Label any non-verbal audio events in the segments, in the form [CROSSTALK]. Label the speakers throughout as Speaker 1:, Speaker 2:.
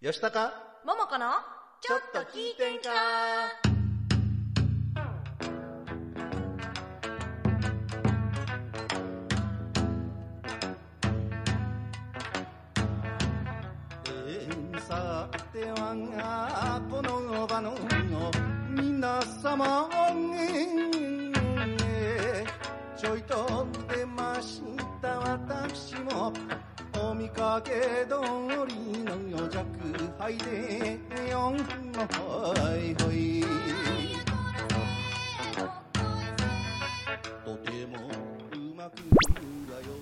Speaker 1: よしたか
Speaker 2: ももこのちょっと聞いてんか
Speaker 1: えーさてはこの場の皆様えーちょいと出ました私もお見かけ通りの弱敗でよんほいほいとてもうまくは読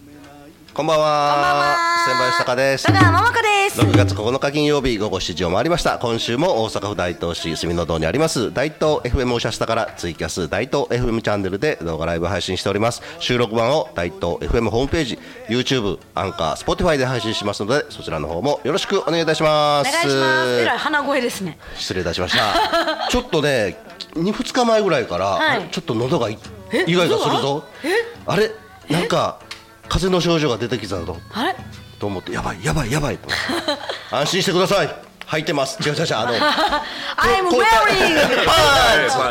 Speaker 1: めない
Speaker 3: こんばんは。
Speaker 2: こんばんは
Speaker 3: 千葉吉高です
Speaker 2: 戸。川ももこです
Speaker 3: 6月9日金曜日午後7時を回りました。今週も大阪府大東市住の堂にあります大東 FM おしゃしたからツイキャス大東 FM チャンネルで動画ライブ配信しております。収録版を大東 FM ホームページ、YouTube、アンカー、Spotify で配信しますので、そちらの方もよろしくお願いいたしま
Speaker 2: お
Speaker 3: す。
Speaker 2: 願いしますえらい鼻声ですね
Speaker 3: 失礼いたしました。
Speaker 2: [LAUGHS]
Speaker 3: ちょっとね、2、2日前ぐらいから、
Speaker 2: はい
Speaker 3: あれちょっと喉がいイガイガするぞ。あれなんか風邪の症状が出てきたぞ。
Speaker 2: あれ
Speaker 3: と思ってやばいやばいやばいと思って [LAUGHS] 安心してください入ってます違う違う違うあの
Speaker 2: I'm
Speaker 3: こういった
Speaker 2: wearing
Speaker 3: パ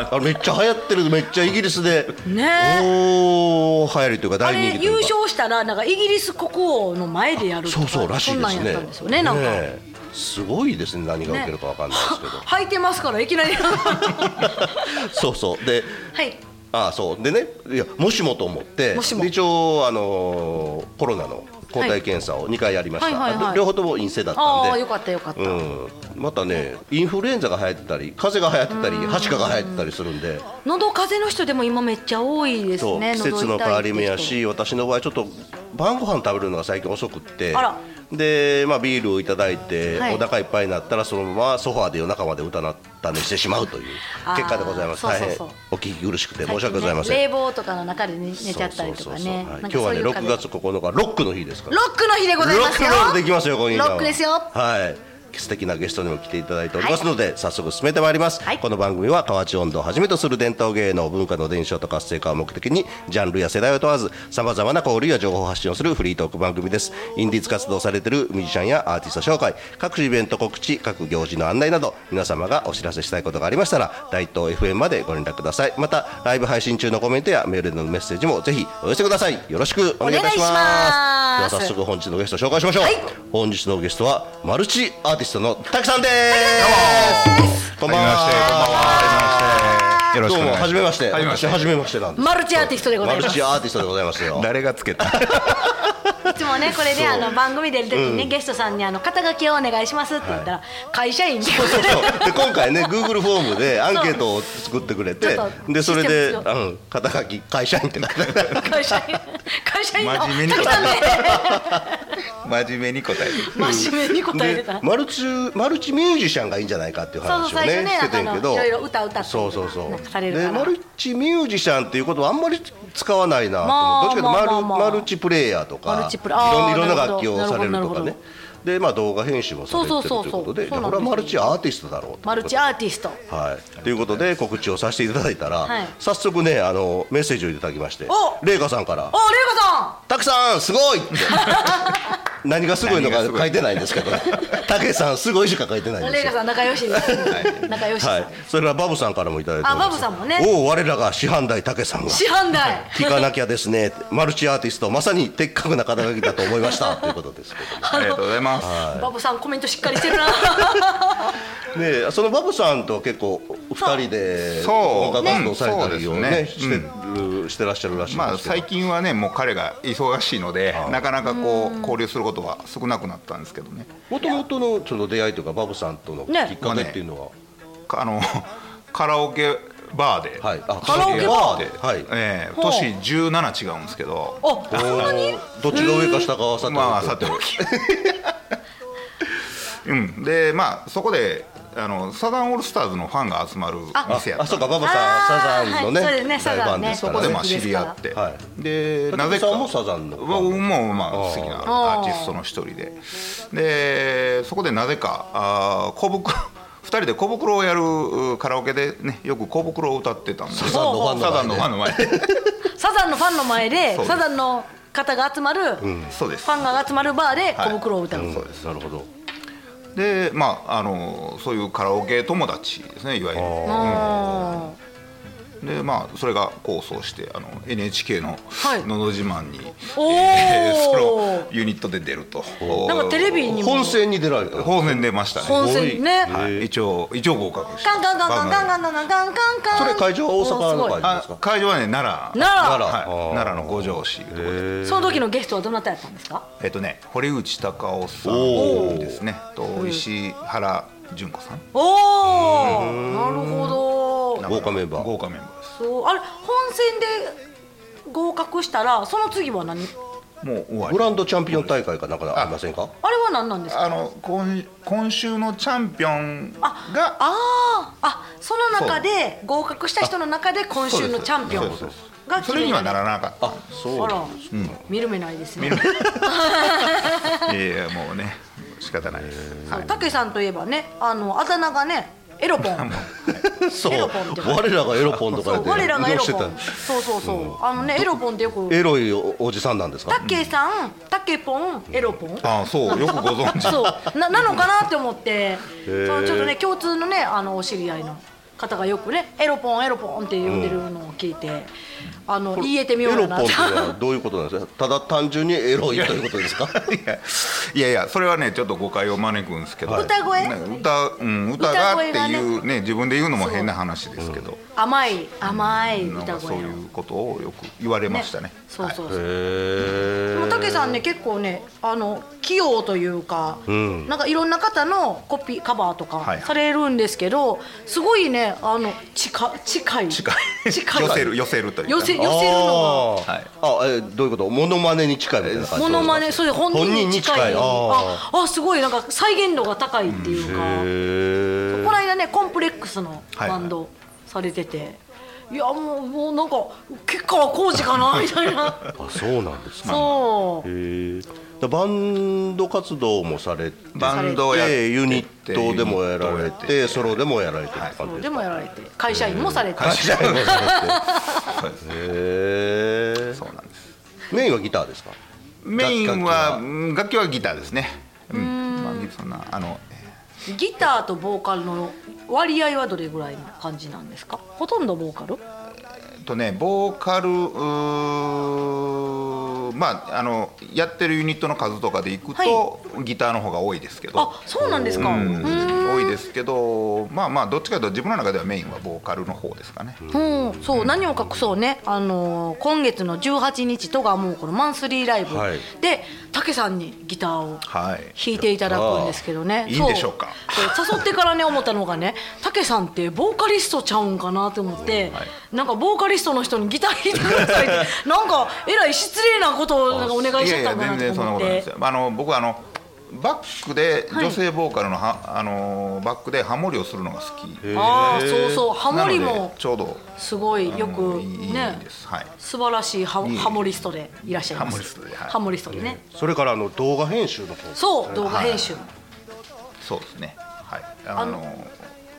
Speaker 3: ンツあめっちゃ流行ってるめっちゃイギリスで [LAUGHS]
Speaker 2: ねえ
Speaker 3: おー流行りというか
Speaker 2: あ
Speaker 3: 大人
Speaker 2: れ
Speaker 3: 気という
Speaker 2: 優
Speaker 3: か
Speaker 2: 勝したらなんかイギリス国王の前でやると
Speaker 3: そ
Speaker 2: か
Speaker 3: うそうらしいで
Speaker 2: そ
Speaker 3: す
Speaker 2: んなん
Speaker 3: ね
Speaker 2: やったんですよねなんか、
Speaker 3: えすごいですね何が受けるかわかんないですけど、
Speaker 2: 履いてますからいきな
Speaker 3: [LAUGHS]
Speaker 2: りは
Speaker 3: そうそうで
Speaker 2: い
Speaker 3: ああそうでねいやもしもと思って
Speaker 2: もしも
Speaker 3: で一応、あのーコロナの抗体検査を2回やりました、
Speaker 2: はいはいはいはい
Speaker 3: あ両方とも陰性だったんで
Speaker 2: ああよかったよかった、
Speaker 3: うん、またねインフルエンザが流行ってたり風邪が流行ってたりはしかが流行ってたりするんで
Speaker 2: 喉風邪の人でも今めっちゃ多いです
Speaker 3: そう
Speaker 2: ね
Speaker 3: 季節の変わり目やし私の場合ちょっと晩ご飯食べるのが最近遅くって
Speaker 2: あら
Speaker 3: で、まあ、ビールをいただいて、
Speaker 2: はい
Speaker 3: お腹いっぱいになったらそのままソファーで夜中まで歌なった寝してしまうという
Speaker 2: あー
Speaker 3: 結果でございます
Speaker 2: そうそうそう
Speaker 3: 大変お聞き苦しくて申し訳ございません、
Speaker 2: ね、冷房とかの中で寝寝ちゃったりとかね
Speaker 3: そうそうそうそうはい
Speaker 2: なん
Speaker 3: 今日
Speaker 2: かそ
Speaker 3: は
Speaker 2: う
Speaker 3: ね
Speaker 2: いう
Speaker 3: 6
Speaker 2: 風
Speaker 3: 月9日ロックの日ですから
Speaker 2: ロックの日でござい
Speaker 3: ロ
Speaker 2: ま
Speaker 3: ッ
Speaker 2: す
Speaker 3: ク
Speaker 2: よ
Speaker 3: ンロールできますよ今夜は
Speaker 2: ロックですよ
Speaker 3: はい素敵なゲストにも来ていただいておりますので、早速進めてまいります、この番組は河内音頭をはじめとする伝統芸能文化の伝承と活性化を目的にジャンルや世代を問わずさまざまな交流や情報を発信をするフリートーク番組ですインディーズ活動をされているミュージシャンやアーティスト紹介各種イベント告知各行事の案内など皆様がお知らせしたいことがありましたら大東 FM までご連絡くださいまたライブ配信中のコメントやメールでのメッセージもぜひお寄せくださいよろしくお願いいたし
Speaker 2: お願
Speaker 3: ま
Speaker 2: いします
Speaker 3: すでは早速本日のゲスト紹介しましょう、
Speaker 2: はい
Speaker 3: 本日のゲストはマルチアーティストのたくさんですこ
Speaker 4: は
Speaker 3: ん
Speaker 4: じめまして、
Speaker 3: ばん
Speaker 4: こんばん
Speaker 3: は
Speaker 4: は。はじめまして。よろしくお
Speaker 3: どうも
Speaker 4: 願いします。
Speaker 3: はじめまし
Speaker 4: はじめまして
Speaker 3: て私はじめましてなんです
Speaker 2: マルチアーティストでござ
Speaker 3: マ
Speaker 2: い
Speaker 3: ル
Speaker 2: ます
Speaker 3: チアーティストでございますよ
Speaker 4: 誰がつけ
Speaker 3: [LAUGHS]
Speaker 4: た。
Speaker 2: いつもねこれであの番組出る時にね、ゲストさんにあの肩書きをお願いしますって言ったら、会社
Speaker 3: [LAUGHS]
Speaker 2: 員で
Speaker 3: そうそうそうで今回ね Google フォームでアンケートを作ってくれて
Speaker 2: そうちょっと
Speaker 3: でそれで、
Speaker 2: システム
Speaker 3: うん、肩書き会社員って書いてある
Speaker 2: [LAUGHS] 会社員会社員の
Speaker 4: 真面目に
Speaker 2: たくさんね
Speaker 4: 真面目に答えて。
Speaker 2: 真面目に答えてた
Speaker 3: でマルチマルチミュージシャンがいいんじゃないかっていう話
Speaker 2: そ
Speaker 3: を
Speaker 2: うそう最初
Speaker 3: ね
Speaker 2: ね
Speaker 3: しててんけ
Speaker 2: あの
Speaker 3: ど
Speaker 2: いろいろ歌歌ったり
Speaker 3: そうそうそ
Speaker 2: なんかされ
Speaker 3: う
Speaker 2: るから
Speaker 3: でマルチミュージシャンっていうことはあんまり使わないなと
Speaker 2: まあ
Speaker 3: 思うどっちかとい
Speaker 2: ま
Speaker 3: うと
Speaker 2: あま
Speaker 3: マ
Speaker 2: あま
Speaker 3: ル
Speaker 2: あ
Speaker 3: マルチプレイヤーとか
Speaker 2: マルチプ
Speaker 3: い
Speaker 2: レあ
Speaker 3: ろ
Speaker 2: ー
Speaker 3: んいろんな
Speaker 2: なる
Speaker 3: 楽
Speaker 2: ほ
Speaker 3: 器
Speaker 2: ど
Speaker 3: をされるとか
Speaker 2: なるほどなる
Speaker 3: ね
Speaker 2: ほ
Speaker 3: でまあ動画編集もされて
Speaker 2: そう
Speaker 3: る
Speaker 2: そう
Speaker 3: と
Speaker 2: そうそ
Speaker 3: いうこ
Speaker 2: う
Speaker 3: とでいや
Speaker 2: そう
Speaker 3: こ
Speaker 2: なん
Speaker 3: れ
Speaker 2: ですよ
Speaker 3: はマルチアーティストだろう
Speaker 2: マルチアーティスト
Speaker 3: はい、ということで告知をさせていただいたら、
Speaker 2: はい
Speaker 3: 早速ねあのメッセージをいただきまして
Speaker 2: お
Speaker 3: レイカさんから
Speaker 2: おレイコさ
Speaker 3: 「たくさんすご
Speaker 2: [LAUGHS]
Speaker 3: い!」って何がすごいのか書いてないんです
Speaker 2: [LAUGHS]
Speaker 3: けどね「たけさんすごい」しか書いてないん
Speaker 2: ん
Speaker 3: で
Speaker 2: レイ
Speaker 3: す
Speaker 2: コ
Speaker 3: よ。
Speaker 2: さん仲良しです、仲良しさ
Speaker 3: は
Speaker 2: ん、
Speaker 3: い、それはバブさんからもいただいております
Speaker 2: あバブさんもね
Speaker 3: おお我らが師範代たけさんが
Speaker 2: 師範代
Speaker 3: 聞かなきゃですねマルチアーティストまさに的確な肩書きだと思い
Speaker 2: [LAUGHS]
Speaker 3: ましたということですけど
Speaker 4: ありがとうございます。
Speaker 2: [LAUGHS] バブさんコメントしっかりしてる
Speaker 3: [LAUGHS]
Speaker 2: な
Speaker 3: ねえそのバブさんと結構二人で
Speaker 4: そう
Speaker 3: 音楽活動されたりをね,、
Speaker 4: ね
Speaker 3: してるしてらっしゃるらしいん
Speaker 4: ま
Speaker 3: で
Speaker 4: あ
Speaker 3: すけど、
Speaker 4: 最近はねもう彼が忙しいのでなかなかこう交流することは少なくなったんですけどね
Speaker 3: もともとのその出会いというかバブさんとのき
Speaker 2: ね
Speaker 3: っかけっていうのは、
Speaker 4: かあの [LAUGHS] カラオケバーで、
Speaker 3: はいあ
Speaker 2: カラオケ
Speaker 3: バー
Speaker 4: で、
Speaker 3: はい
Speaker 4: ええ
Speaker 2: ほう
Speaker 4: 年17違うんですけど
Speaker 2: おそんなに
Speaker 3: おーどっちが上か下かはさておき
Speaker 4: まあさてお [LAUGHS] きうんでまあそこであのサザンオールスターズのファンが集まる店やったんで
Speaker 3: あそうかバブさんサザンのね、
Speaker 2: あーはいそうですねサザンね
Speaker 3: 大ファンです
Speaker 4: そ
Speaker 3: から
Speaker 4: こ
Speaker 3: ね
Speaker 4: でまあ知り合って、
Speaker 3: は
Speaker 4: で
Speaker 3: 竹
Speaker 4: なぜか
Speaker 3: さんもサザンのファン
Speaker 4: 僕もまあ好きなアーティストの一人ででそこでなぜかあー小袋 [LAUGHS] 二人で小袋をやるカラオケでねよく小袋を歌ってたんですよ
Speaker 3: サザンのファンの前で
Speaker 4: サザンのファンの前で [LAUGHS]
Speaker 2: サザ
Speaker 4: そうです
Speaker 2: ンのファンの前でサザンの方が集まる、フ
Speaker 4: そうです
Speaker 2: ァンが集まるバーで
Speaker 4: はい
Speaker 2: 小袋を歌う、
Speaker 4: そうです
Speaker 3: なるほど
Speaker 5: でまああのそういうカラオケ友達ですねいわゆる。
Speaker 2: あ
Speaker 5: でまあそれが構想してあの NHK の
Speaker 2: はい
Speaker 5: 「のど自慢に」
Speaker 2: おー
Speaker 4: [LAUGHS]
Speaker 5: えーそのユニットで出ると
Speaker 2: なんかテレビにも
Speaker 3: 本戦に出られたの
Speaker 5: 本戦出ましたね
Speaker 2: 本戦ね
Speaker 5: はい、一応一応合格して
Speaker 2: カンカンカンカンカンカンカンカンカンカン
Speaker 3: それ会場は大阪の
Speaker 2: おー
Speaker 3: 会
Speaker 2: す
Speaker 3: 場です
Speaker 5: あ
Speaker 3: か
Speaker 5: 会場はね奈良
Speaker 2: 奈良
Speaker 5: はい
Speaker 3: あー
Speaker 5: 奈良の五条市というとこで
Speaker 2: ごいその時のゲストはどなたやったんですか
Speaker 5: えっとね堀内孝雄さ
Speaker 3: お
Speaker 5: んですねと石原純子さん
Speaker 2: おおなるほど
Speaker 3: 豪華メンバー
Speaker 5: 豪華メンバーです
Speaker 2: そうあれ本戦で合格したらその次は何
Speaker 5: もう終わり
Speaker 3: グランドチャンピオン大会かなんかありませんか
Speaker 2: あれは何なんですか
Speaker 5: あの今今週のチャンピオン
Speaker 2: あ
Speaker 5: が
Speaker 2: あーあその中で合格した人の中で今週のチャンピオン
Speaker 5: そうですそうです
Speaker 2: が決
Speaker 5: そ
Speaker 2: め
Speaker 5: れにはな
Speaker 2: ら
Speaker 5: らなかった
Speaker 3: あそう
Speaker 2: あ
Speaker 3: な
Speaker 2: ら
Speaker 3: んです
Speaker 2: 見る目ないですね
Speaker 5: いやいやもうね仕方ないです、はい、
Speaker 2: たけさんといえばねあのあだ名がねエロポン
Speaker 3: そう
Speaker 2: エロポンって
Speaker 3: 我らがエロポンとか
Speaker 2: そ
Speaker 3: 言っ
Speaker 2: う
Speaker 3: て
Speaker 2: 我らがエロ
Speaker 3: 移動
Speaker 2: ポ
Speaker 3: して
Speaker 2: ンそうそうそう、あのねエロポンってよく
Speaker 3: たエロいおおじさんなんです
Speaker 2: た
Speaker 3: か
Speaker 2: けさんたけポンエロポン
Speaker 5: あそうよくご存知
Speaker 2: そうななのかなって思ってそのちょっとね共通のねあのお知り合いの方がよくねエロポンエロポンって呼んでるのを聞いて、あの言えてみようかな
Speaker 3: エ
Speaker 2: っ
Speaker 3: ロ
Speaker 2: て
Speaker 3: ポンってのはどういうことなんですかただ単純にエロいということですか
Speaker 5: いやいやいやそれはねちょっと誤解を招くんですけど、
Speaker 2: 歌声
Speaker 5: ね歌,、うん、歌が
Speaker 2: 歌
Speaker 5: っ
Speaker 2: 声
Speaker 5: て
Speaker 2: がね
Speaker 5: いうね自分で言うのも変な話ですけど、
Speaker 2: [LAUGHS] 甘い甘い
Speaker 5: なん
Speaker 2: 歌
Speaker 5: かそう
Speaker 2: 声を、
Speaker 5: いうことをよく言われましたね
Speaker 2: そうそうそう、
Speaker 3: へー
Speaker 2: でもたけさんね結構ねあの器用というか、なんかいろんな方のコピーカバーと
Speaker 5: は
Speaker 2: か
Speaker 5: い
Speaker 2: されるんですけど、すごいねあの近近い
Speaker 5: 近
Speaker 2: [LAUGHS]
Speaker 5: い
Speaker 2: 近い
Speaker 5: 寄せる寄せるという
Speaker 2: [LAUGHS]
Speaker 5: か
Speaker 2: 寄せ寄せるの
Speaker 3: あー
Speaker 5: はい
Speaker 3: あえどういうことモノマネに近いみたいな
Speaker 2: が
Speaker 3: 感じ
Speaker 2: モノマネそういう本人に近い
Speaker 3: 本人に近いあ
Speaker 2: ああすごいなんか再現度が高いっていうか、
Speaker 3: へ
Speaker 2: この間ねコンプレックスのバンドされてて、いやもうもうなんか結果は工事かなみたいな
Speaker 3: あそうなんですか
Speaker 2: そう。
Speaker 3: へえバンド活動もされて
Speaker 5: バンドをやって
Speaker 3: ユニットでもやられ
Speaker 5: ユニットをや
Speaker 3: てソロでもやられてって感じ
Speaker 2: で
Speaker 3: です
Speaker 2: もやられて会社員もされて、
Speaker 5: 社員もそうです
Speaker 3: へえ
Speaker 5: そうなんです
Speaker 3: メインはギターですか
Speaker 5: メイン
Speaker 3: 楽
Speaker 5: は
Speaker 3: 器
Speaker 5: うん楽器はギターですねうんまあそんなあの
Speaker 2: ギターとボーカルの割合はどれぐらいの感じなんですかほとんどボーカル
Speaker 5: えっとねボーカルうーまああのやってるユニットの数とかでいくとギターの方が多いですけど
Speaker 2: あそうなんですか
Speaker 5: う
Speaker 2: うんん
Speaker 5: 多いですけどまあまあどっちかというと自分の中ではメインはボーカルの方ですかね
Speaker 2: うんそう何を隠そうね、あのー今月の18日戸川桃子のマンスリーライブ
Speaker 3: はい
Speaker 2: でたけ、さんにギターを
Speaker 5: はい
Speaker 2: 弾いていただくんですけどね
Speaker 5: いいんでしょうか
Speaker 2: そうそう誘ってからね思ったのがね [LAUGHS] たけさんってボーカリストちゃうんかなと思って、なんかボーカリストの人にギター弾いてくださいってなんかえらい失礼なことをなんかお願いしちゃったんだ
Speaker 5: 全
Speaker 2: な
Speaker 5: 然
Speaker 2: と
Speaker 5: そんな
Speaker 2: 思っ
Speaker 5: ことないです
Speaker 2: て
Speaker 5: よあの僕はあのバックで女性ボーカルのは、あのバックでハモリをするのが好き
Speaker 2: ああそうそうハモリ
Speaker 5: なの
Speaker 2: も
Speaker 5: でちょうど
Speaker 2: すごいよ
Speaker 5: あの
Speaker 2: く
Speaker 5: いいいい
Speaker 2: ね
Speaker 5: ですはい
Speaker 2: 素晴らしいハ
Speaker 5: いい
Speaker 2: ハモリストでいらっしゃいます
Speaker 5: ハモリストではい
Speaker 2: ハモリストでね
Speaker 3: それからあの動画編集の方
Speaker 2: そう動画編集
Speaker 5: そうですねはいあの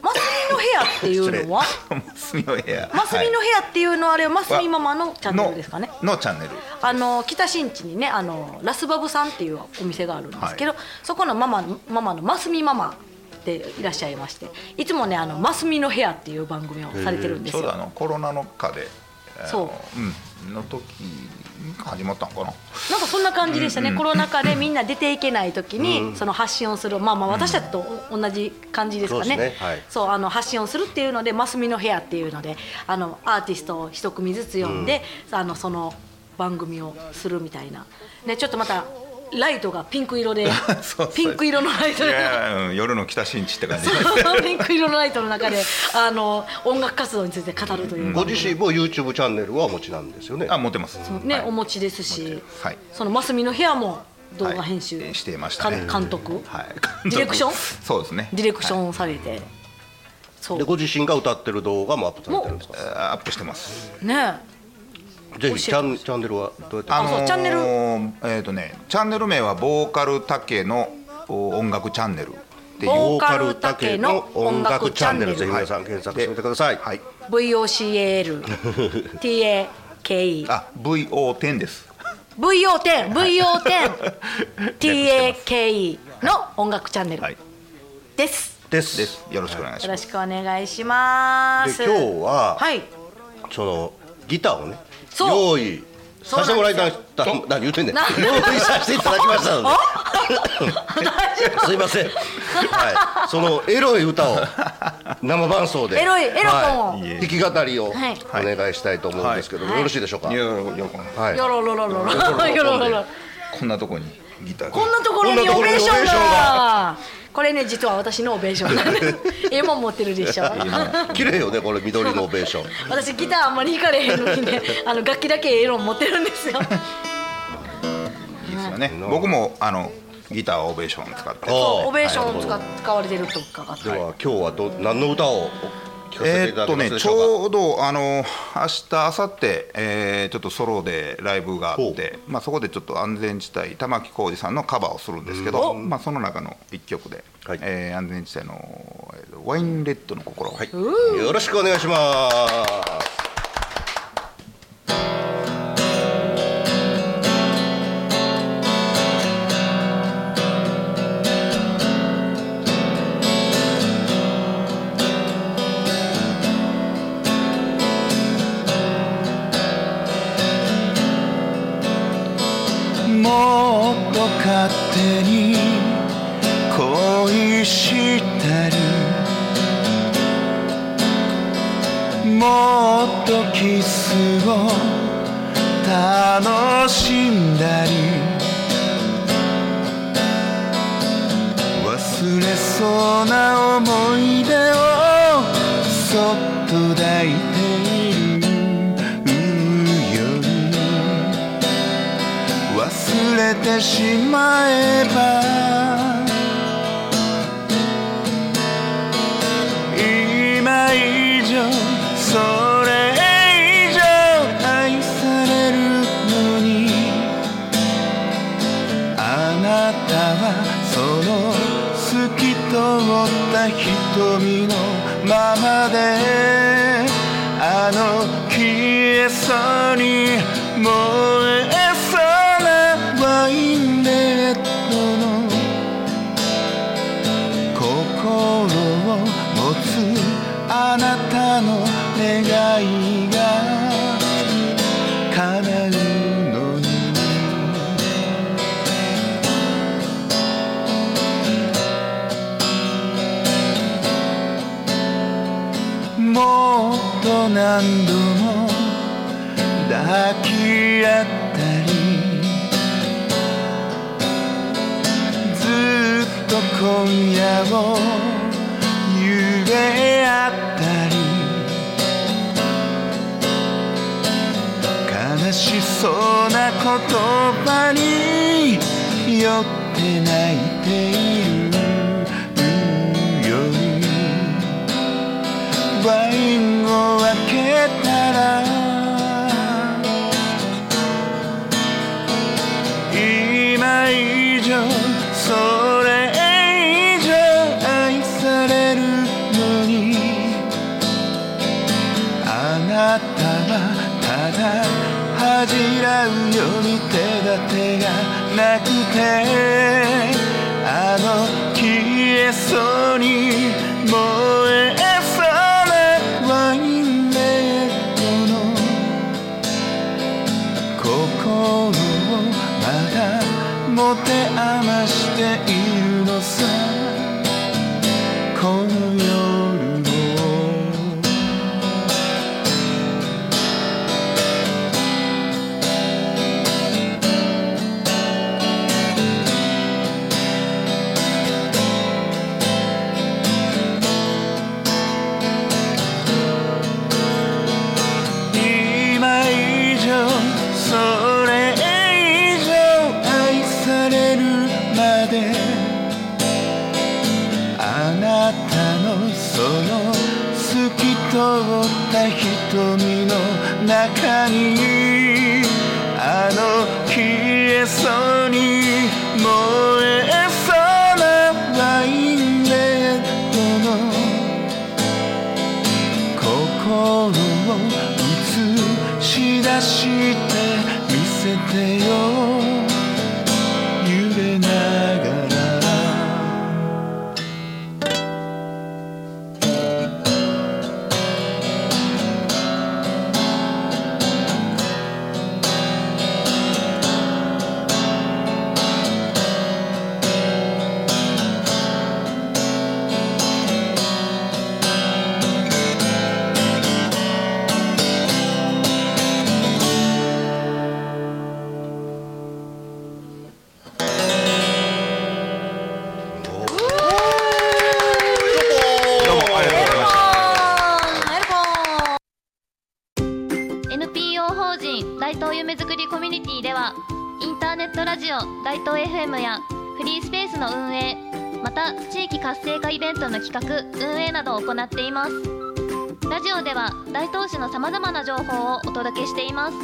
Speaker 2: マスミの部屋っていう
Speaker 5: [LAUGHS]
Speaker 2: のは
Speaker 5: マスミの部
Speaker 2: [LAUGHS]
Speaker 5: 屋
Speaker 2: マスミの部屋っていうのはあれはマスミママのチャンネルですかね
Speaker 5: ののチャンネル
Speaker 2: あの北新地にねあのラスバブさんっていうお店があるんですけど、そこのママママのますみママっていらっしゃいましていつもね「あのますみの部屋」っていう番組をされてるんで
Speaker 5: ち
Speaker 2: す
Speaker 5: ょうど
Speaker 2: よ
Speaker 5: あ。のコロナの禍であの、
Speaker 2: そう
Speaker 5: ん、の時が始まったのかな
Speaker 2: なんかそんな感じでしたね、コロナ禍でみんな出ていけない時に、その発信をするまあまあ私たちとお同じ感じですかね
Speaker 3: そうですねはい
Speaker 2: そうあの発信をするっていうので「ますみの部屋」っていうのであのアーティストを一組ずつ呼んで、あのその番組をするみたいな、ね、ちょっとまたライトがピンク色で
Speaker 5: [LAUGHS] そうそう
Speaker 2: ピンク色のライト
Speaker 5: い
Speaker 2: で。
Speaker 5: やいやうん夜の北新地って感じ
Speaker 2: [LAUGHS] ピンク色のライトの中であの音楽活動について語るという
Speaker 3: ご自身も YouTube チャンネルはお持ちなんですよね
Speaker 5: あ持ってます
Speaker 2: ね、
Speaker 5: はい
Speaker 2: お持ちですし、
Speaker 5: はい
Speaker 2: そのますみの部屋も動画編集、
Speaker 5: はいしていましたね
Speaker 2: か監督、
Speaker 5: はい
Speaker 2: ディレクション
Speaker 5: [LAUGHS] そうですね
Speaker 2: ディレクショ
Speaker 5: はい
Speaker 2: ンをされて、そ
Speaker 3: で
Speaker 2: う
Speaker 3: ご自身が歌ってる動画もアップされてるんですか
Speaker 5: えーアップしてます
Speaker 2: ね
Speaker 3: ぜひチャンチャンネルはどうやって
Speaker 2: あそうチャンネル
Speaker 5: えっ、とねチャンネル名はボーカルたけのお音楽チャンネルっていう
Speaker 2: ボーカルだけの音楽チャンネル
Speaker 3: ぜひ皆さん検索してみてください、
Speaker 5: はい
Speaker 3: [LAUGHS]
Speaker 2: VOCALTAKE
Speaker 5: あ VO10 です
Speaker 3: [LAUGHS]
Speaker 2: VO10 VO10 TAKE の音楽チャンネル、
Speaker 5: はい
Speaker 2: です
Speaker 3: です
Speaker 4: ですよろしくお願いし
Speaker 2: よ
Speaker 4: ま
Speaker 2: ろ
Speaker 4: す
Speaker 2: しくお願いします
Speaker 3: で今日は
Speaker 2: はい
Speaker 3: そのギターをね
Speaker 2: そ
Speaker 3: 用
Speaker 2: う
Speaker 3: 意させてもらいました
Speaker 2: そうなんですよ
Speaker 3: 何言うてんねん
Speaker 2: な
Speaker 3: 用意させていただきました
Speaker 2: [LAUGHS]
Speaker 3: のですいませんはいそのエロい歌を生伴奏で
Speaker 2: エロいエロ
Speaker 3: は
Speaker 2: ポン
Speaker 3: い弾き語りをお
Speaker 2: はい
Speaker 3: 願いしたいと思うんですけど
Speaker 2: はい
Speaker 3: よろしいでしょうか
Speaker 4: い
Speaker 3: は
Speaker 4: や
Speaker 3: い
Speaker 4: よこん
Speaker 2: よろろろろ
Speaker 3: [LAUGHS]
Speaker 2: ろろよろろろ
Speaker 4: こんなとこにギターが
Speaker 2: こんなところに
Speaker 3: こんなと
Speaker 2: オ
Speaker 3: ころ
Speaker 2: ベ
Speaker 3: に
Speaker 2: ーション
Speaker 3: オベーション
Speaker 2: がこれね実は私のオベーションなんです
Speaker 3: [LAUGHS]
Speaker 2: 絵も持ってるでしょ
Speaker 3: 綺麗よねこれ緑のオベーシ
Speaker 2: [LAUGHS]
Speaker 3: ョン
Speaker 2: 私ギターあんまり弾かれへんのにねあの楽器だけエロン持ってるんですよ
Speaker 4: いいですよね僕もあのギターをオベーション使って
Speaker 3: おー
Speaker 2: オベーションを使使われてるとかがあって
Speaker 3: では今日はど何の歌を聴か
Speaker 4: え
Speaker 3: せてい
Speaker 4: ー
Speaker 3: た
Speaker 4: っ
Speaker 3: だ
Speaker 4: と
Speaker 3: けま
Speaker 4: ね
Speaker 3: すでし
Speaker 4: ち
Speaker 3: ょう
Speaker 4: ょうどあの明日明後日、えーちょっとソロでライブがあ
Speaker 3: ほ
Speaker 4: って、まあ、そこでちょっと安全地帯玉置浩二さんのカバーをするんですけど、まあ、その中の一曲で、
Speaker 3: はい
Speaker 4: えー安全地帯のえーワインレッドの心、
Speaker 3: かはいよろしくお願いします
Speaker 4: もっと勝手に恋してるもっとキスを楽しんだり忘れそうな思い出をそっと抱いている夜忘れてしまえば今以上それ以上愛されるのにあなたはその透き通った瞳のままであの消えそうに燃えそうなワインレッドの心を持つあなたの願いが叶うのにもっと何度も抱き合ったりずっと今夜を揺れ合ったり悲しそうな言葉に酔って泣いているよりワインを開けたら今以上それ以上愛されるのにあなたはただ恥じらうように手立てがなくてあの消えそうに燃えそうなワインレッドの心をまだ持て余しているのさこの夜を今以上それ以上愛されるまであなたのその透き通った瞳の中にあの消えそうに燃えそうなワインレッドの心を映し出して見せてよ揺れながら
Speaker 6: ットラジオ大東 FM やフリースペースの運営また地域活性化イベントの企画運営などを行っていますラジオでは大東市のさまざまな情報をお届けしています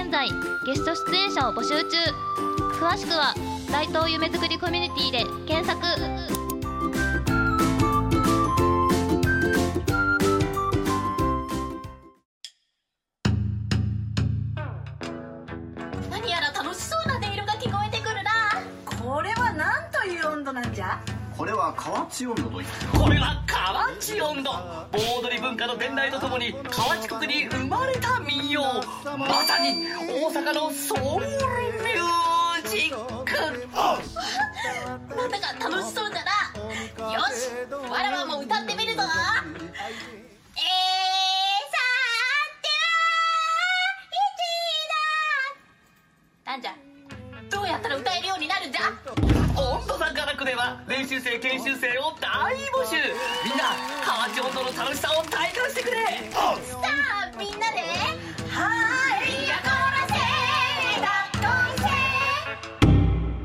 Speaker 6: 現在ゲスト出演者を募集中詳しくは大東夢づくりコミュニティで検索
Speaker 7: 何やら楽しそうな音色が聞こえてくるなこれは何という温度なんじゃ
Speaker 5: これは河内温度といって
Speaker 8: これは河内音頭盆踊り文化の伝来とともに河内国に生まれた民謡まさに大阪のソウルミュージック
Speaker 7: なんだか楽しそうだなよしわらわも歌ってみるぞえーさーては一だなんじゃどうやったら歌えるようになるんじゃ
Speaker 8: 音頭さんからくでは練習生研修生を大募集みんな河内音頭の楽しさを体感してくれ
Speaker 7: さあみんなではいやこらせだっこいせ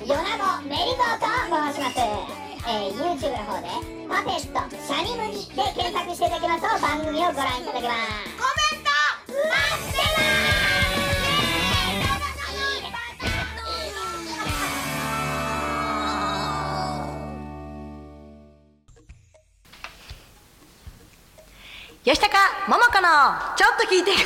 Speaker 9: ヨナのメリゾーと申します、えー、YouTube の方で「パペットシャニムニ」で検索していただきますと番組をご覧いただけますコメント待って
Speaker 2: 吉高桃子のちょっと聞いてよ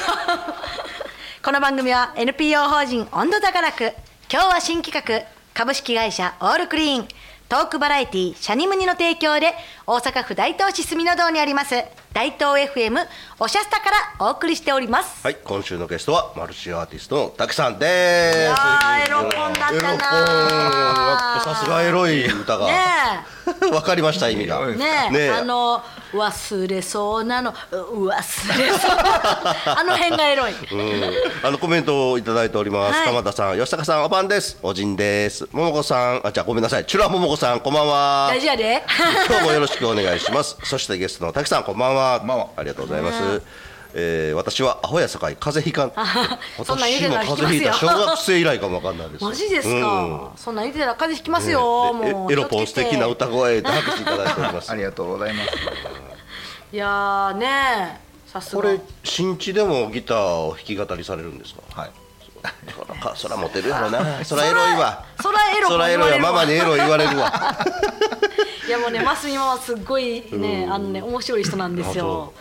Speaker 2: この番組は NPO 法人温度高楽今日は新企画株式会社オールクリーントークバラエティシャニムニの提供で大阪府大東市住の堂にあります大東 FM おしゃスタからお送りしております
Speaker 3: はい、今週のゲストはマルチアーティストの滝さんです。
Speaker 2: いやーエロ本だったなー
Speaker 3: エロ本やっぱさすがエロい歌が。
Speaker 2: ね
Speaker 3: [LAUGHS] わかりました意味が。
Speaker 2: えねえあの忘れそうなのう忘れ
Speaker 3: [LAUGHS]
Speaker 2: そうあの辺がエロい
Speaker 3: うんあのコメントをいただいております。
Speaker 2: はい
Speaker 3: 鎌田さん、吉高さん、おばんです。おじんです。桃子さん、あ、じゃあごめんなさい。チュラ桃子さん、こんばんは。
Speaker 2: 大事やで
Speaker 3: [LAUGHS] 今日もよろしくお願いします。そしてゲストの滝さん、こんばんは。
Speaker 5: んばんは
Speaker 3: ありがとうございます。えー、私はアホやさかい風邪ひかん。
Speaker 2: そんなん言うて
Speaker 3: 私も
Speaker 2: たら
Speaker 3: 風
Speaker 2: 引きます
Speaker 3: 邪ひい
Speaker 2: よ
Speaker 3: た小学生以来かもわかんないです。
Speaker 2: マジです
Speaker 3: うん
Speaker 2: か、そんなん言ってたら風邪ひきますよ、
Speaker 3: ね
Speaker 2: もう
Speaker 3: えエロポン素敵な歌声で拍手いただいております
Speaker 5: [LAUGHS] ありがとうございます
Speaker 2: いやーねさす
Speaker 3: こ
Speaker 2: が
Speaker 3: れ新地でもギターを弾き語りされるんですか
Speaker 5: はい
Speaker 3: そらかそらモテるやろなそらエロいわ
Speaker 2: そらエロ
Speaker 3: そらエロ
Speaker 2: 言われ
Speaker 3: いわ
Speaker 2: るわ
Speaker 3: ママにエロ言われ
Speaker 2: [LAUGHS]
Speaker 3: るわ
Speaker 2: いやもうねますみママすっごいね、あのね面白い人なんです
Speaker 3: あ
Speaker 2: よ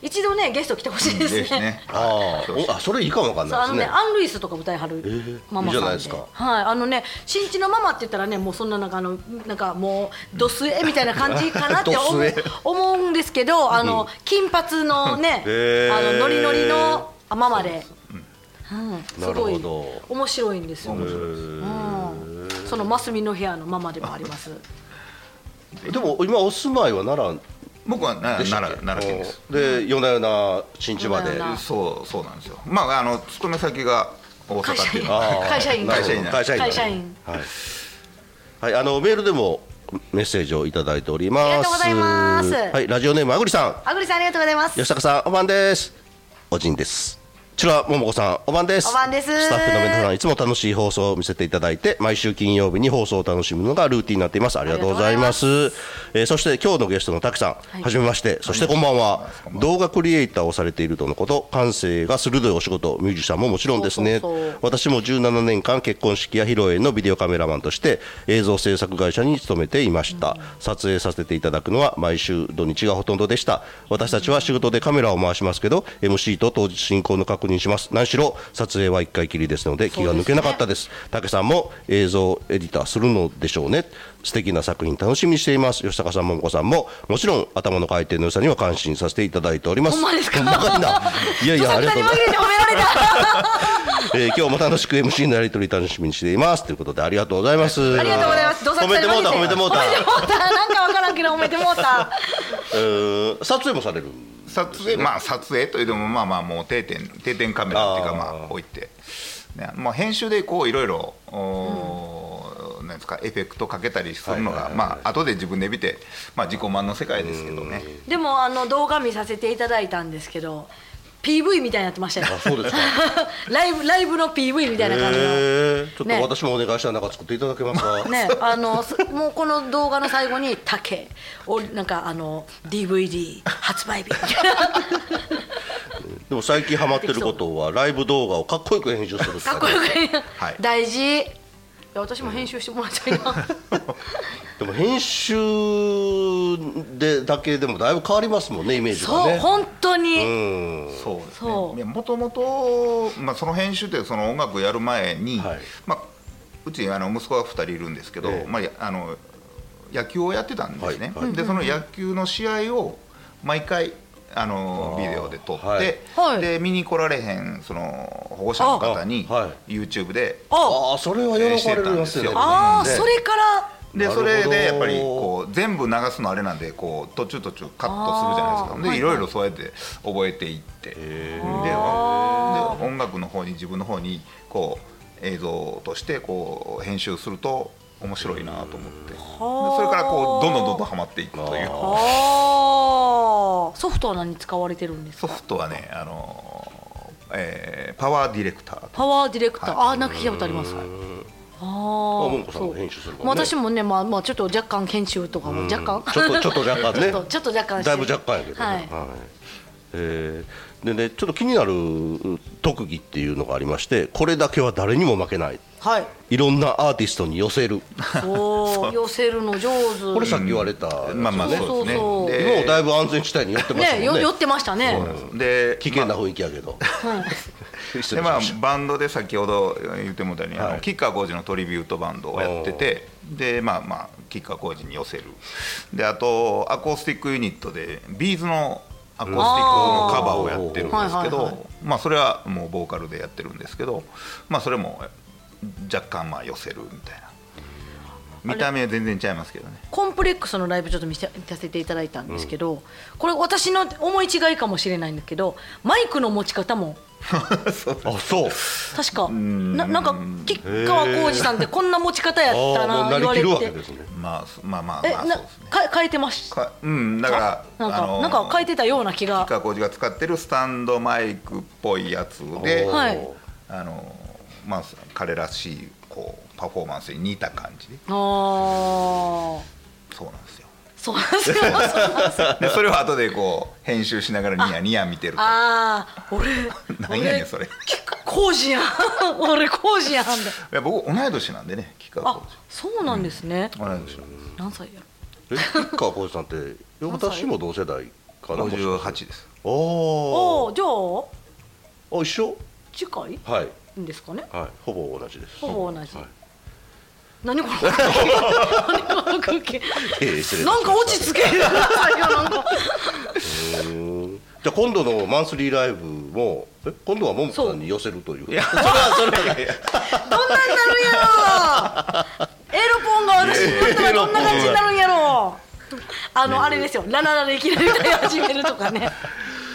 Speaker 2: 一度ねゲスト来てほしいですね
Speaker 5: ですね
Speaker 3: あーおあそれいいかもわかん
Speaker 2: そう
Speaker 3: な
Speaker 2: あ
Speaker 3: いで
Speaker 2: のね
Speaker 3: すね
Speaker 2: アン・ルイスとか歌いはる
Speaker 3: ー
Speaker 2: ママ
Speaker 3: いいじゃ
Speaker 2: さんで,、
Speaker 3: ないですか
Speaker 2: はいあのね新地のママって言ったらねもうそんななんかあのなんかもうドスエみたいな感じかな
Speaker 3: [LAUGHS]
Speaker 2: って思
Speaker 3: ドス
Speaker 2: う
Speaker 3: エ
Speaker 2: 思うんですけどあの、金髪のね、
Speaker 3: へー
Speaker 2: あのノリノリのあママで、うん、すご
Speaker 3: なる
Speaker 2: い
Speaker 3: ほ
Speaker 2: 面白いんですよ、
Speaker 5: 面白い
Speaker 2: うん、そのマスミの部屋のママでもあります
Speaker 3: でも今お住まいは奈良
Speaker 5: 僕はな
Speaker 3: でしたっ
Speaker 5: 奈
Speaker 3: け
Speaker 5: 良奈良県です
Speaker 3: おで夜な夜な新地まで
Speaker 2: 夜な夜な
Speaker 5: そうそうなんですよまああの勤め先が大阪っていうのは
Speaker 3: あー
Speaker 2: 会社員
Speaker 3: なるほど
Speaker 5: 会
Speaker 2: 社員
Speaker 3: 会社員だねはい、はい、あのメールでもメッセージをいただいております
Speaker 2: ありがとうございます
Speaker 3: はいラジオネームあぐりさん
Speaker 2: あぐりさんありがとうございます
Speaker 3: 吉高さんおばんですおじんですちらももこさんおばんです
Speaker 2: おばんです
Speaker 3: スタッフの皆さんいつも楽しい放送を見せていただいて毎週金曜日に放送を楽しむのがルーティンになっていますありがとうございますえーそして今日のゲストのたくさん、
Speaker 2: い
Speaker 3: はじめましてそしてこんばんは動画クリエイターをされているとのこと感性が鋭いお仕事ミュージシャンももちろんですね
Speaker 2: そうそうそう
Speaker 3: 私も17年間結婚式や披露宴のビデオカメラマンとして映像制作会社に勤めていました、撮影させていただくのは毎週土日がほとんどでした私たちは仕事でカメラを回しますけど MC と当日進行の確認します何しろ撮影は1回きりですので気が抜けなかったです武さんも映像エディターするのでしょうね素敵な作品楽しみにしています吉高さんももこさんももちろん頭の回転の良さには感心させていただいております
Speaker 2: ほんまですか
Speaker 3: ほんまかいないやいやありがとうご [LAUGHS] ざいます
Speaker 2: ちょっと二人紛れて褒められた
Speaker 3: [LAUGHS] えー今日も楽しく MC のやり取り楽しみにしていますということでありがとうございます。
Speaker 2: ありがとうございます。どさ
Speaker 3: 褒めてもうた褒めてもうた。
Speaker 2: 褒めてもうた。なんかわからんけど褒めてもうた。
Speaker 3: うーん撮影もされる。
Speaker 5: 撮影まあ撮影というのもまあまあもう定点定点カメラっていうかまあ置いてねまあ、編集でこういろいろおーなんですかエフェクトかけたりするのが、まあ後で自分で見て、まあ、自己満の世界ですけどね
Speaker 2: でもあの動画見させていただいたんですけど PV みたいになってましたよ
Speaker 3: あそうですか
Speaker 2: [LAUGHS] ライブライブの PV みたいな感じの
Speaker 3: えちょっ
Speaker 2: ね
Speaker 3: と私もお願いしたらなんか作っていただけます
Speaker 2: [LAUGHS]
Speaker 3: か、
Speaker 2: ね、あのすもうこの動画の最後に「竹」おなんかあの DVD 発
Speaker 5: [LAUGHS]
Speaker 2: 売日みたい
Speaker 3: でも最近ハマってることはライブ動画をかっこよく編集する
Speaker 2: なかっこよく言う
Speaker 5: はい
Speaker 2: 大事いや私も編集してもらいたいな
Speaker 5: [LAUGHS]
Speaker 3: でも編集でだけでもだいぶ変わりますもんねイメージが
Speaker 2: そう
Speaker 3: ね
Speaker 2: 本当
Speaker 3: う
Speaker 2: に、
Speaker 3: ん
Speaker 5: そうです
Speaker 2: そう
Speaker 5: ねいやもともと、まあ、その編集ってその音楽やる前に、
Speaker 3: はい
Speaker 5: まあ、うちあの息子が2人いるんですけど、
Speaker 3: ええ
Speaker 5: まあや、あの野球をやってたんですね、
Speaker 3: はいはい
Speaker 5: でその野球の試合を毎回あの
Speaker 3: あー
Speaker 5: ビデオで撮って、
Speaker 3: はい
Speaker 2: はい
Speaker 5: で見に来られへんその保護者の方に
Speaker 3: あは
Speaker 5: YouTube で
Speaker 2: あ
Speaker 3: ああそれは喜ばれますよね
Speaker 2: あー
Speaker 3: ね
Speaker 2: それから
Speaker 3: な
Speaker 5: で
Speaker 3: るほ
Speaker 5: そ
Speaker 3: ど
Speaker 5: れでやっぱりこう全部流すのあれなんでこう途中途中カットするじゃないです
Speaker 2: あ
Speaker 5: か
Speaker 2: ー
Speaker 5: で、
Speaker 2: はい
Speaker 5: いろいろそうやって覚えていってであで音楽の方に自分の方にこう映像としてこう編集すると面白いなと思ってでそれからこうどんどんどんどんハマっていくとい
Speaker 2: あ
Speaker 5: う
Speaker 2: ーソフトは何に使われてるんです
Speaker 5: ソ
Speaker 2: か
Speaker 5: フトはねあの、えーパワーディレクター
Speaker 2: パワーディレクター、
Speaker 5: はい
Speaker 2: あーなんか聞いたことありますあ
Speaker 3: あ
Speaker 2: ー
Speaker 3: もんこさんも編集するからね
Speaker 2: まあ私もね、まあ、まあちょっと若干研修とかも若干、
Speaker 3: ちょっとちょっと若干
Speaker 2: [LAUGHS] ちょ
Speaker 3: ね
Speaker 2: っとちょっと若干して
Speaker 3: だいぶ若干やけどね、
Speaker 2: は
Speaker 3: はいいえーでねちょっと気になる特技っていうのがありましてこれだけは誰にも負けない
Speaker 2: はい
Speaker 3: いろんなアーティストに寄せる [LAUGHS]
Speaker 2: おー寄せるの上手
Speaker 3: これさっき言われた、
Speaker 5: まあまあ
Speaker 2: そう
Speaker 5: そうですね
Speaker 2: そうそう
Speaker 5: で
Speaker 3: もうだいぶ安全地帯に寄ってますも
Speaker 2: ね
Speaker 3: んね
Speaker 2: よ寄ってましたね
Speaker 5: で
Speaker 3: 危険な雰囲気やけど、失
Speaker 5: で
Speaker 3: 礼し
Speaker 5: まあ
Speaker 3: ました、
Speaker 5: バンドで先ほど言ってもらったように、あ
Speaker 3: は
Speaker 5: の
Speaker 3: い
Speaker 5: 吉川晃司のトリビュートバンドをやっててでまあまあ吉川晃司に寄せるであとアコースティックユニットでビーズのアコースティックのカバーをやってるんですけど、
Speaker 2: うんあーはいはい
Speaker 5: まあそれはもうボーカルでやってるんですけどまあそれも若干まあ寄せるみたいな見た目は全然違いますけどね
Speaker 2: コンプレックスのライブちょっと見せ見させていただいたんですけど、これ私の思い違いかもしれないんだけどマイクの持ち方も
Speaker 3: あそう
Speaker 2: 確かななんか吉川浩司さんってこんな持ち方やった
Speaker 3: あ
Speaker 2: な
Speaker 3: あもう
Speaker 2: 言
Speaker 3: な
Speaker 2: わ
Speaker 3: りき
Speaker 2: れ
Speaker 3: るわ
Speaker 2: て
Speaker 3: けですね
Speaker 5: まあそまあまあ
Speaker 2: え
Speaker 5: まあ
Speaker 2: な
Speaker 5: そうですね
Speaker 2: か変えてました
Speaker 5: かうんだから
Speaker 2: なん
Speaker 5: あの
Speaker 2: かなんか変えてたような気が
Speaker 5: 吉川晃司が使ってるスタンドマイクっぽいやつで、
Speaker 2: はい
Speaker 5: あのまあ、彼らしいこうパフォーマンスに似た感じで
Speaker 2: あー
Speaker 5: そうなん [LAUGHS] ですよ
Speaker 2: そうなんですよそうなんですよ
Speaker 5: でそれを後でこう編集しながらニヤニヤ見てると
Speaker 2: ああ
Speaker 3: [LAUGHS]
Speaker 2: 俺
Speaker 5: なんやねんそれい
Speaker 2: 浩司やん [LAUGHS] 俺浩司やんだ
Speaker 5: や僕同い年なんでね吉川
Speaker 2: あ
Speaker 5: 晃司
Speaker 2: そうなんですね、
Speaker 5: 同い年なんです
Speaker 2: 何歳やろ
Speaker 3: え吉川浩司さんって私も同世代かな
Speaker 5: 58です
Speaker 3: お
Speaker 2: お
Speaker 3: お
Speaker 2: ーじゃあ
Speaker 3: 一緒
Speaker 2: 近い
Speaker 3: はい
Speaker 2: んですかね
Speaker 3: はいほぼ同じです
Speaker 2: ほぼ同じ
Speaker 3: はい
Speaker 2: 何この空
Speaker 3: [LAUGHS]
Speaker 2: 気何この空気
Speaker 3: ええ失礼いたしま
Speaker 2: な
Speaker 3: した
Speaker 2: んか落ち着けるな最後なんか
Speaker 3: じゃあ今度のマンスリーライブもえ今度はももこさんに寄せるといういやそれはそれは
Speaker 2: どんなんなるんや
Speaker 3: [LAUGHS]
Speaker 2: ろエロポンが私にとってはどんな感じになるんやろあのあれですよラララでいきなり歌い始めるとか
Speaker 3: [LAUGHS]
Speaker 2: ね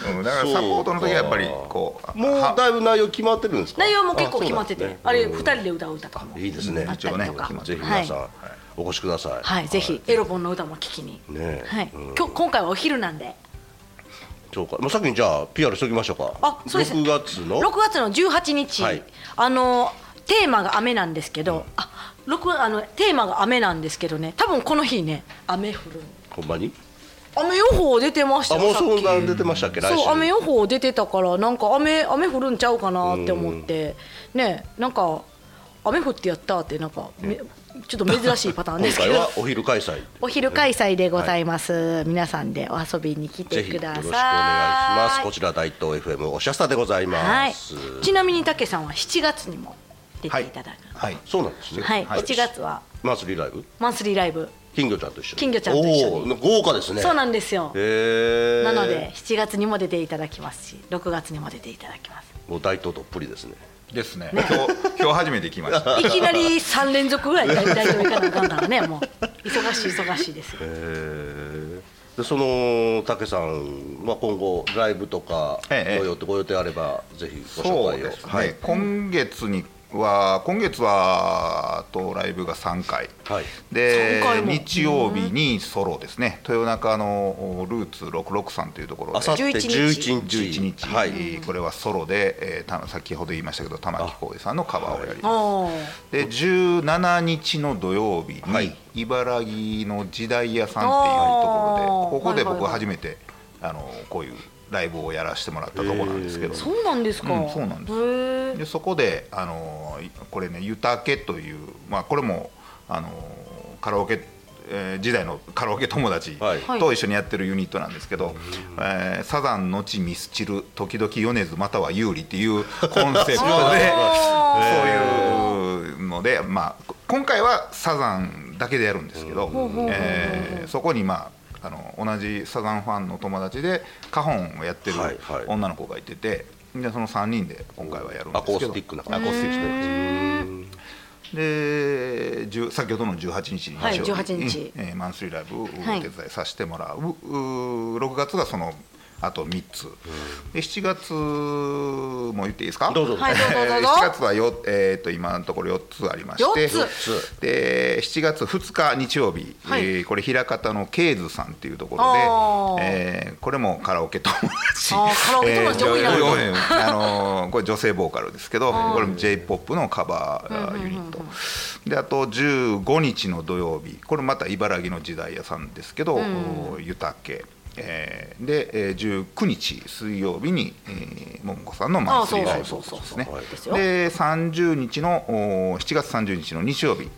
Speaker 5: うん、だからサポートの時はやっぱりこう
Speaker 3: もう
Speaker 5: [LAUGHS] は
Speaker 3: だいぶ内容決まってるんですか
Speaker 2: 内容も結構決まっててあ,、
Speaker 3: あそうなんですね
Speaker 2: れ二人で歌う歌とかも
Speaker 3: いいですね
Speaker 2: あったりとか、
Speaker 5: 一応ね
Speaker 3: ぜひ皆さん、
Speaker 2: はい
Speaker 3: お越しください
Speaker 2: はい、ぜひエロポンの歌も聴きに、
Speaker 3: ねえ
Speaker 2: はい、
Speaker 3: うん
Speaker 2: 今日今回はお昼なんで
Speaker 3: そうかもう先にじゃあ PR しときましょうか
Speaker 2: あそうです
Speaker 3: 6月の
Speaker 2: 6月の18日、
Speaker 3: はい
Speaker 2: あのテーマが雨なんですけど、あ六あのテーマが雨なんですけどね多分この日ね雨降る
Speaker 3: ほんまに
Speaker 2: 雨予報出てました
Speaker 3: あも
Speaker 2: よ
Speaker 3: う
Speaker 2: さっ
Speaker 3: そ
Speaker 2: き
Speaker 3: んな出てましたっけ来週
Speaker 2: そう雨予報出てたからなんか雨雨降るんちゃうかなって思ってねなんか雨降ってやったってなんか、めちょっと珍しいパターンで
Speaker 3: 今
Speaker 2: すけ
Speaker 3: 回
Speaker 2: ど
Speaker 3: はお昼開催
Speaker 2: お昼開催でございます、皆さんでお遊びに来て
Speaker 3: ぜひ
Speaker 2: く
Speaker 3: よろ
Speaker 2: だ
Speaker 3: し
Speaker 2: さい
Speaker 3: くお願いしますこちら大東 FM おしゃスタでござい
Speaker 2: は
Speaker 3: ま
Speaker 2: い
Speaker 3: す、、
Speaker 2: ちなみに竹さんは7月にも出ていただく、
Speaker 5: はい
Speaker 3: そうなんですね
Speaker 2: はい
Speaker 3: あれ
Speaker 2: 7月は
Speaker 3: マンスリーライブ
Speaker 2: マンスリーライブ、
Speaker 3: 金魚ちゃんと一緒に
Speaker 2: 金魚ちゃんと一緒に
Speaker 3: おー豪華ですね
Speaker 2: そうなんんですよ、
Speaker 3: へえ
Speaker 2: なので7月にも出ていただきますし6月にも出ていただきます
Speaker 3: もう大東どっぷりですね
Speaker 5: ですね今日今日初めて来ました
Speaker 2: いきなり三連続ぐらい大体行かなあかんからねもう忙しい忙しいですよ
Speaker 3: えーでその武さん、まあ、今後ライブとかご
Speaker 5: ええ
Speaker 3: 予定ご予定あればぜひご紹
Speaker 5: そう
Speaker 3: 介を、
Speaker 5: ですね、
Speaker 3: はい
Speaker 5: 今月には今月はとライブが3回
Speaker 3: はい
Speaker 5: で
Speaker 2: 3回も
Speaker 5: 日曜日にソロですね豊中のルーツ663さんというところで
Speaker 3: あさって
Speaker 2: 11
Speaker 3: 11日
Speaker 5: 11日、
Speaker 3: はい
Speaker 5: えーこれはソロで、えーた先ほど言いましたけど玉置浩二さんのカバーをやります、
Speaker 2: お
Speaker 5: で17日の土曜日に、
Speaker 3: はい
Speaker 5: 茨城の時代屋さんっていうところ
Speaker 2: あー
Speaker 5: でここで
Speaker 2: はい
Speaker 5: 僕
Speaker 2: はいはい
Speaker 5: 初めて、あのこういうライブをやらせてもらったところなんですけど、
Speaker 2: そうなんですか、
Speaker 5: うんそうなんです
Speaker 2: へー
Speaker 5: でそこで、あのーいこれね「ゆたけ」という、まあ、これも、あのーカラオケ、えー時代のカラオケ友達
Speaker 3: はい
Speaker 5: と一緒にやってるユニットなんですけど「えーサザンのちミスチル時々米津または有利」っていうコン
Speaker 3: [LAUGHS]
Speaker 5: セプトでそういうので、まあ、今回はサザンだけでやるんですけど、えーそこにまああの同じサザンファンの友達でカホンをやってる
Speaker 3: はいはい
Speaker 5: 女の子がいてて、でその3人で今回はやるんですけ
Speaker 3: アコ
Speaker 5: ど
Speaker 3: ースティックな感
Speaker 5: ア
Speaker 3: じ
Speaker 5: コースティックなでじゅ先ほどの18日に
Speaker 2: はい
Speaker 5: 日曜日
Speaker 2: 18日
Speaker 5: うんえーマンスリーライブをお
Speaker 2: はい
Speaker 5: 手伝いさせてもらう,う、6月がそのあと3つで7月も言っていいですか
Speaker 3: どうぞ
Speaker 2: はいどうぞどう
Speaker 5: えー [LAUGHS]
Speaker 2: ぞ
Speaker 5: 7月はよ、えー、と今のところ4つありまして
Speaker 2: 4つ
Speaker 5: で7月2日日曜日、
Speaker 2: はい
Speaker 5: えーこれ枚方のケイズさんっていうとこ
Speaker 2: あ
Speaker 5: ろ
Speaker 2: ー
Speaker 5: で、えーこれもカラオケ友達
Speaker 2: あーカラオケ友達多いな
Speaker 5: えー女あのーこれ女性ボーカルですけどこれも j p o p のカバーユニットであと15日の土曜日これまた茨城の時代屋さんですけど「ゆたけ」えーでえー19日水曜日にえーももこさんのマンスリーライブ
Speaker 2: あそうそうそうそう
Speaker 5: ね
Speaker 2: はいですよ
Speaker 5: で30日のおー7月30日の日曜日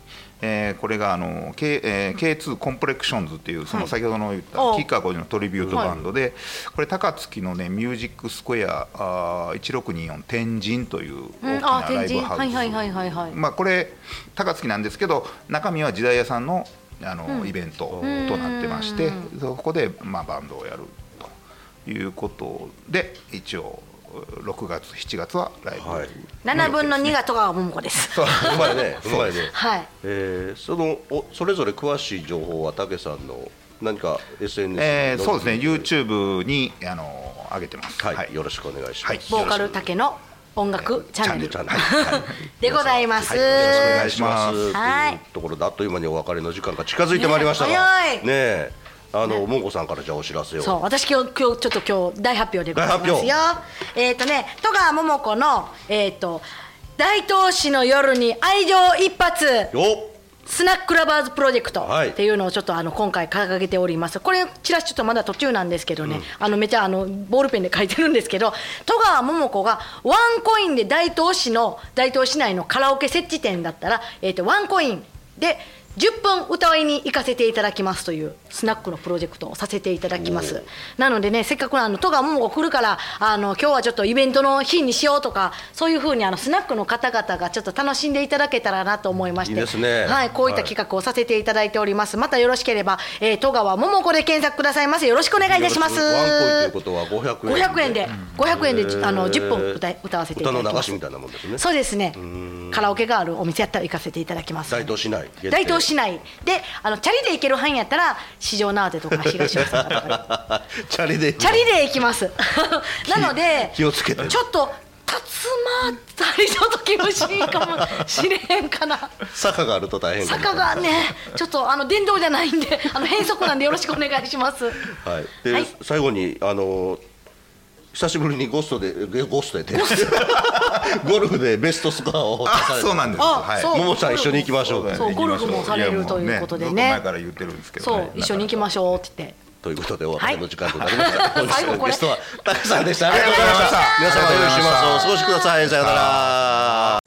Speaker 5: えーこれがあのー K えー K2 コンプレクションズっていうその先ほどの言った
Speaker 2: あー
Speaker 5: キッカー5時のトリビュートバンドで、これ高槻のねミュージックスクエアあー1624天神という
Speaker 2: うん
Speaker 5: 大き
Speaker 2: あ
Speaker 5: なラ
Speaker 2: 天
Speaker 5: イ
Speaker 2: 神
Speaker 5: ブハウス、
Speaker 2: はいはいはいはいはい
Speaker 5: まあこれ高槻なんですけど中身は時代屋さんのあの、イベントとなってましてそこで、まあ、バンドをやるということで一応6月7月はライブ、
Speaker 3: はい
Speaker 2: 7分の2が戸川桃子です
Speaker 3: そううまい
Speaker 5: [LAUGHS]
Speaker 3: ねうまいね
Speaker 2: はい
Speaker 3: えー、そのおそれぞれ詳しい情報は武さんの何か SNS、
Speaker 5: えーそうですね
Speaker 3: ユーチュ
Speaker 5: YouTube にあの上げてます。
Speaker 3: ーはい、よろしくお願いします、
Speaker 5: はい
Speaker 2: ボーカル竹の音楽チャンネル
Speaker 3: チャンネルはい
Speaker 2: でございます、
Speaker 3: よろしくお願いします。
Speaker 2: はい
Speaker 3: というところであっという間にお別れの時間が近づいてまいりましたが、
Speaker 2: ねえ早い
Speaker 3: ねえ、あのもんこさんからじゃあお知らせを。
Speaker 2: そう私今日今日ちょっと今日大発表でございますよ
Speaker 3: 大
Speaker 2: えっ、とね戸川桃子のえっ、と大東市の夜に愛情一発
Speaker 3: よ
Speaker 2: スナックラバーズプロジェクト
Speaker 3: はい
Speaker 2: っていうのをちょっとあの今回掲げております、これ、チラシちょっとまだ途中なんですけどね、あのめちゃあのボールペンで書いてるんですけど、戸川桃子がワンコインで大東市の大東市内のカラオケ設置店だったら、えー、とワンコインで10分歌いに行かせていただきますというスナックのプロジェクトをさせていただきます。なのでね、せっかくあの戸川桃子来るから、あの今日はちょっとイベントの日にしようとか、そういうふうにあのスナックの方々がちょっと楽しんでいただけたらなと思いまして、
Speaker 3: いいですね
Speaker 2: はい、こういった企画をさせていただいております。またよろしければ、えー、戸川桃子で検索くださいませ。よろしくお願いいたします。
Speaker 3: ワンコインということは500
Speaker 2: 500円
Speaker 3: 円で
Speaker 2: で、500円で、
Speaker 3: えー
Speaker 2: あの10本歌い歌わせていただ
Speaker 3: 歌の
Speaker 2: き
Speaker 3: 流
Speaker 2: ま
Speaker 3: し
Speaker 2: す。
Speaker 3: みたいなもんですね。
Speaker 2: そうですね。カラオケがあるお店やったら行かせていただきます。
Speaker 3: 大東市内限定
Speaker 2: 大東市内で、あのチャリで行ける範囲やったら、市場ナーゼとか東大阪とかで。
Speaker 3: チャリで。
Speaker 2: チャリで行きます。
Speaker 3: [LAUGHS]
Speaker 2: なので、
Speaker 3: 気をつけて
Speaker 2: ちょっと。竜巻たりの時もしいかもしれへんかな。
Speaker 3: 坂があると大変かも
Speaker 2: 坂がね、ちょっとあの電動じゃないんで、 [LAUGHS] あの変則なんでよろしくお願いします。
Speaker 3: [LAUGHS] はい。で、
Speaker 2: はい
Speaker 3: 最後にあの久しぶりにゴストでえゴストで [LAUGHS] ゴルフでベストスコアを
Speaker 5: あそうなんです。
Speaker 2: あ
Speaker 5: はい。
Speaker 2: そう
Speaker 3: ももちゃん一緒に行きましょう
Speaker 2: そう、ゴルフもされるということで
Speaker 5: ずっ前
Speaker 2: ね。
Speaker 5: から言ってるんですけど。
Speaker 2: そう、一緒に行きましょうって言って。
Speaker 3: ということでお別れの時間となりました。本日のゲストはたくさんでした。ありがとうございました。
Speaker 5: あり
Speaker 3: 皆
Speaker 5: がと
Speaker 3: 様
Speaker 5: うござい
Speaker 3: 良い
Speaker 5: ました
Speaker 3: 週末をお過ごしください。さようなら。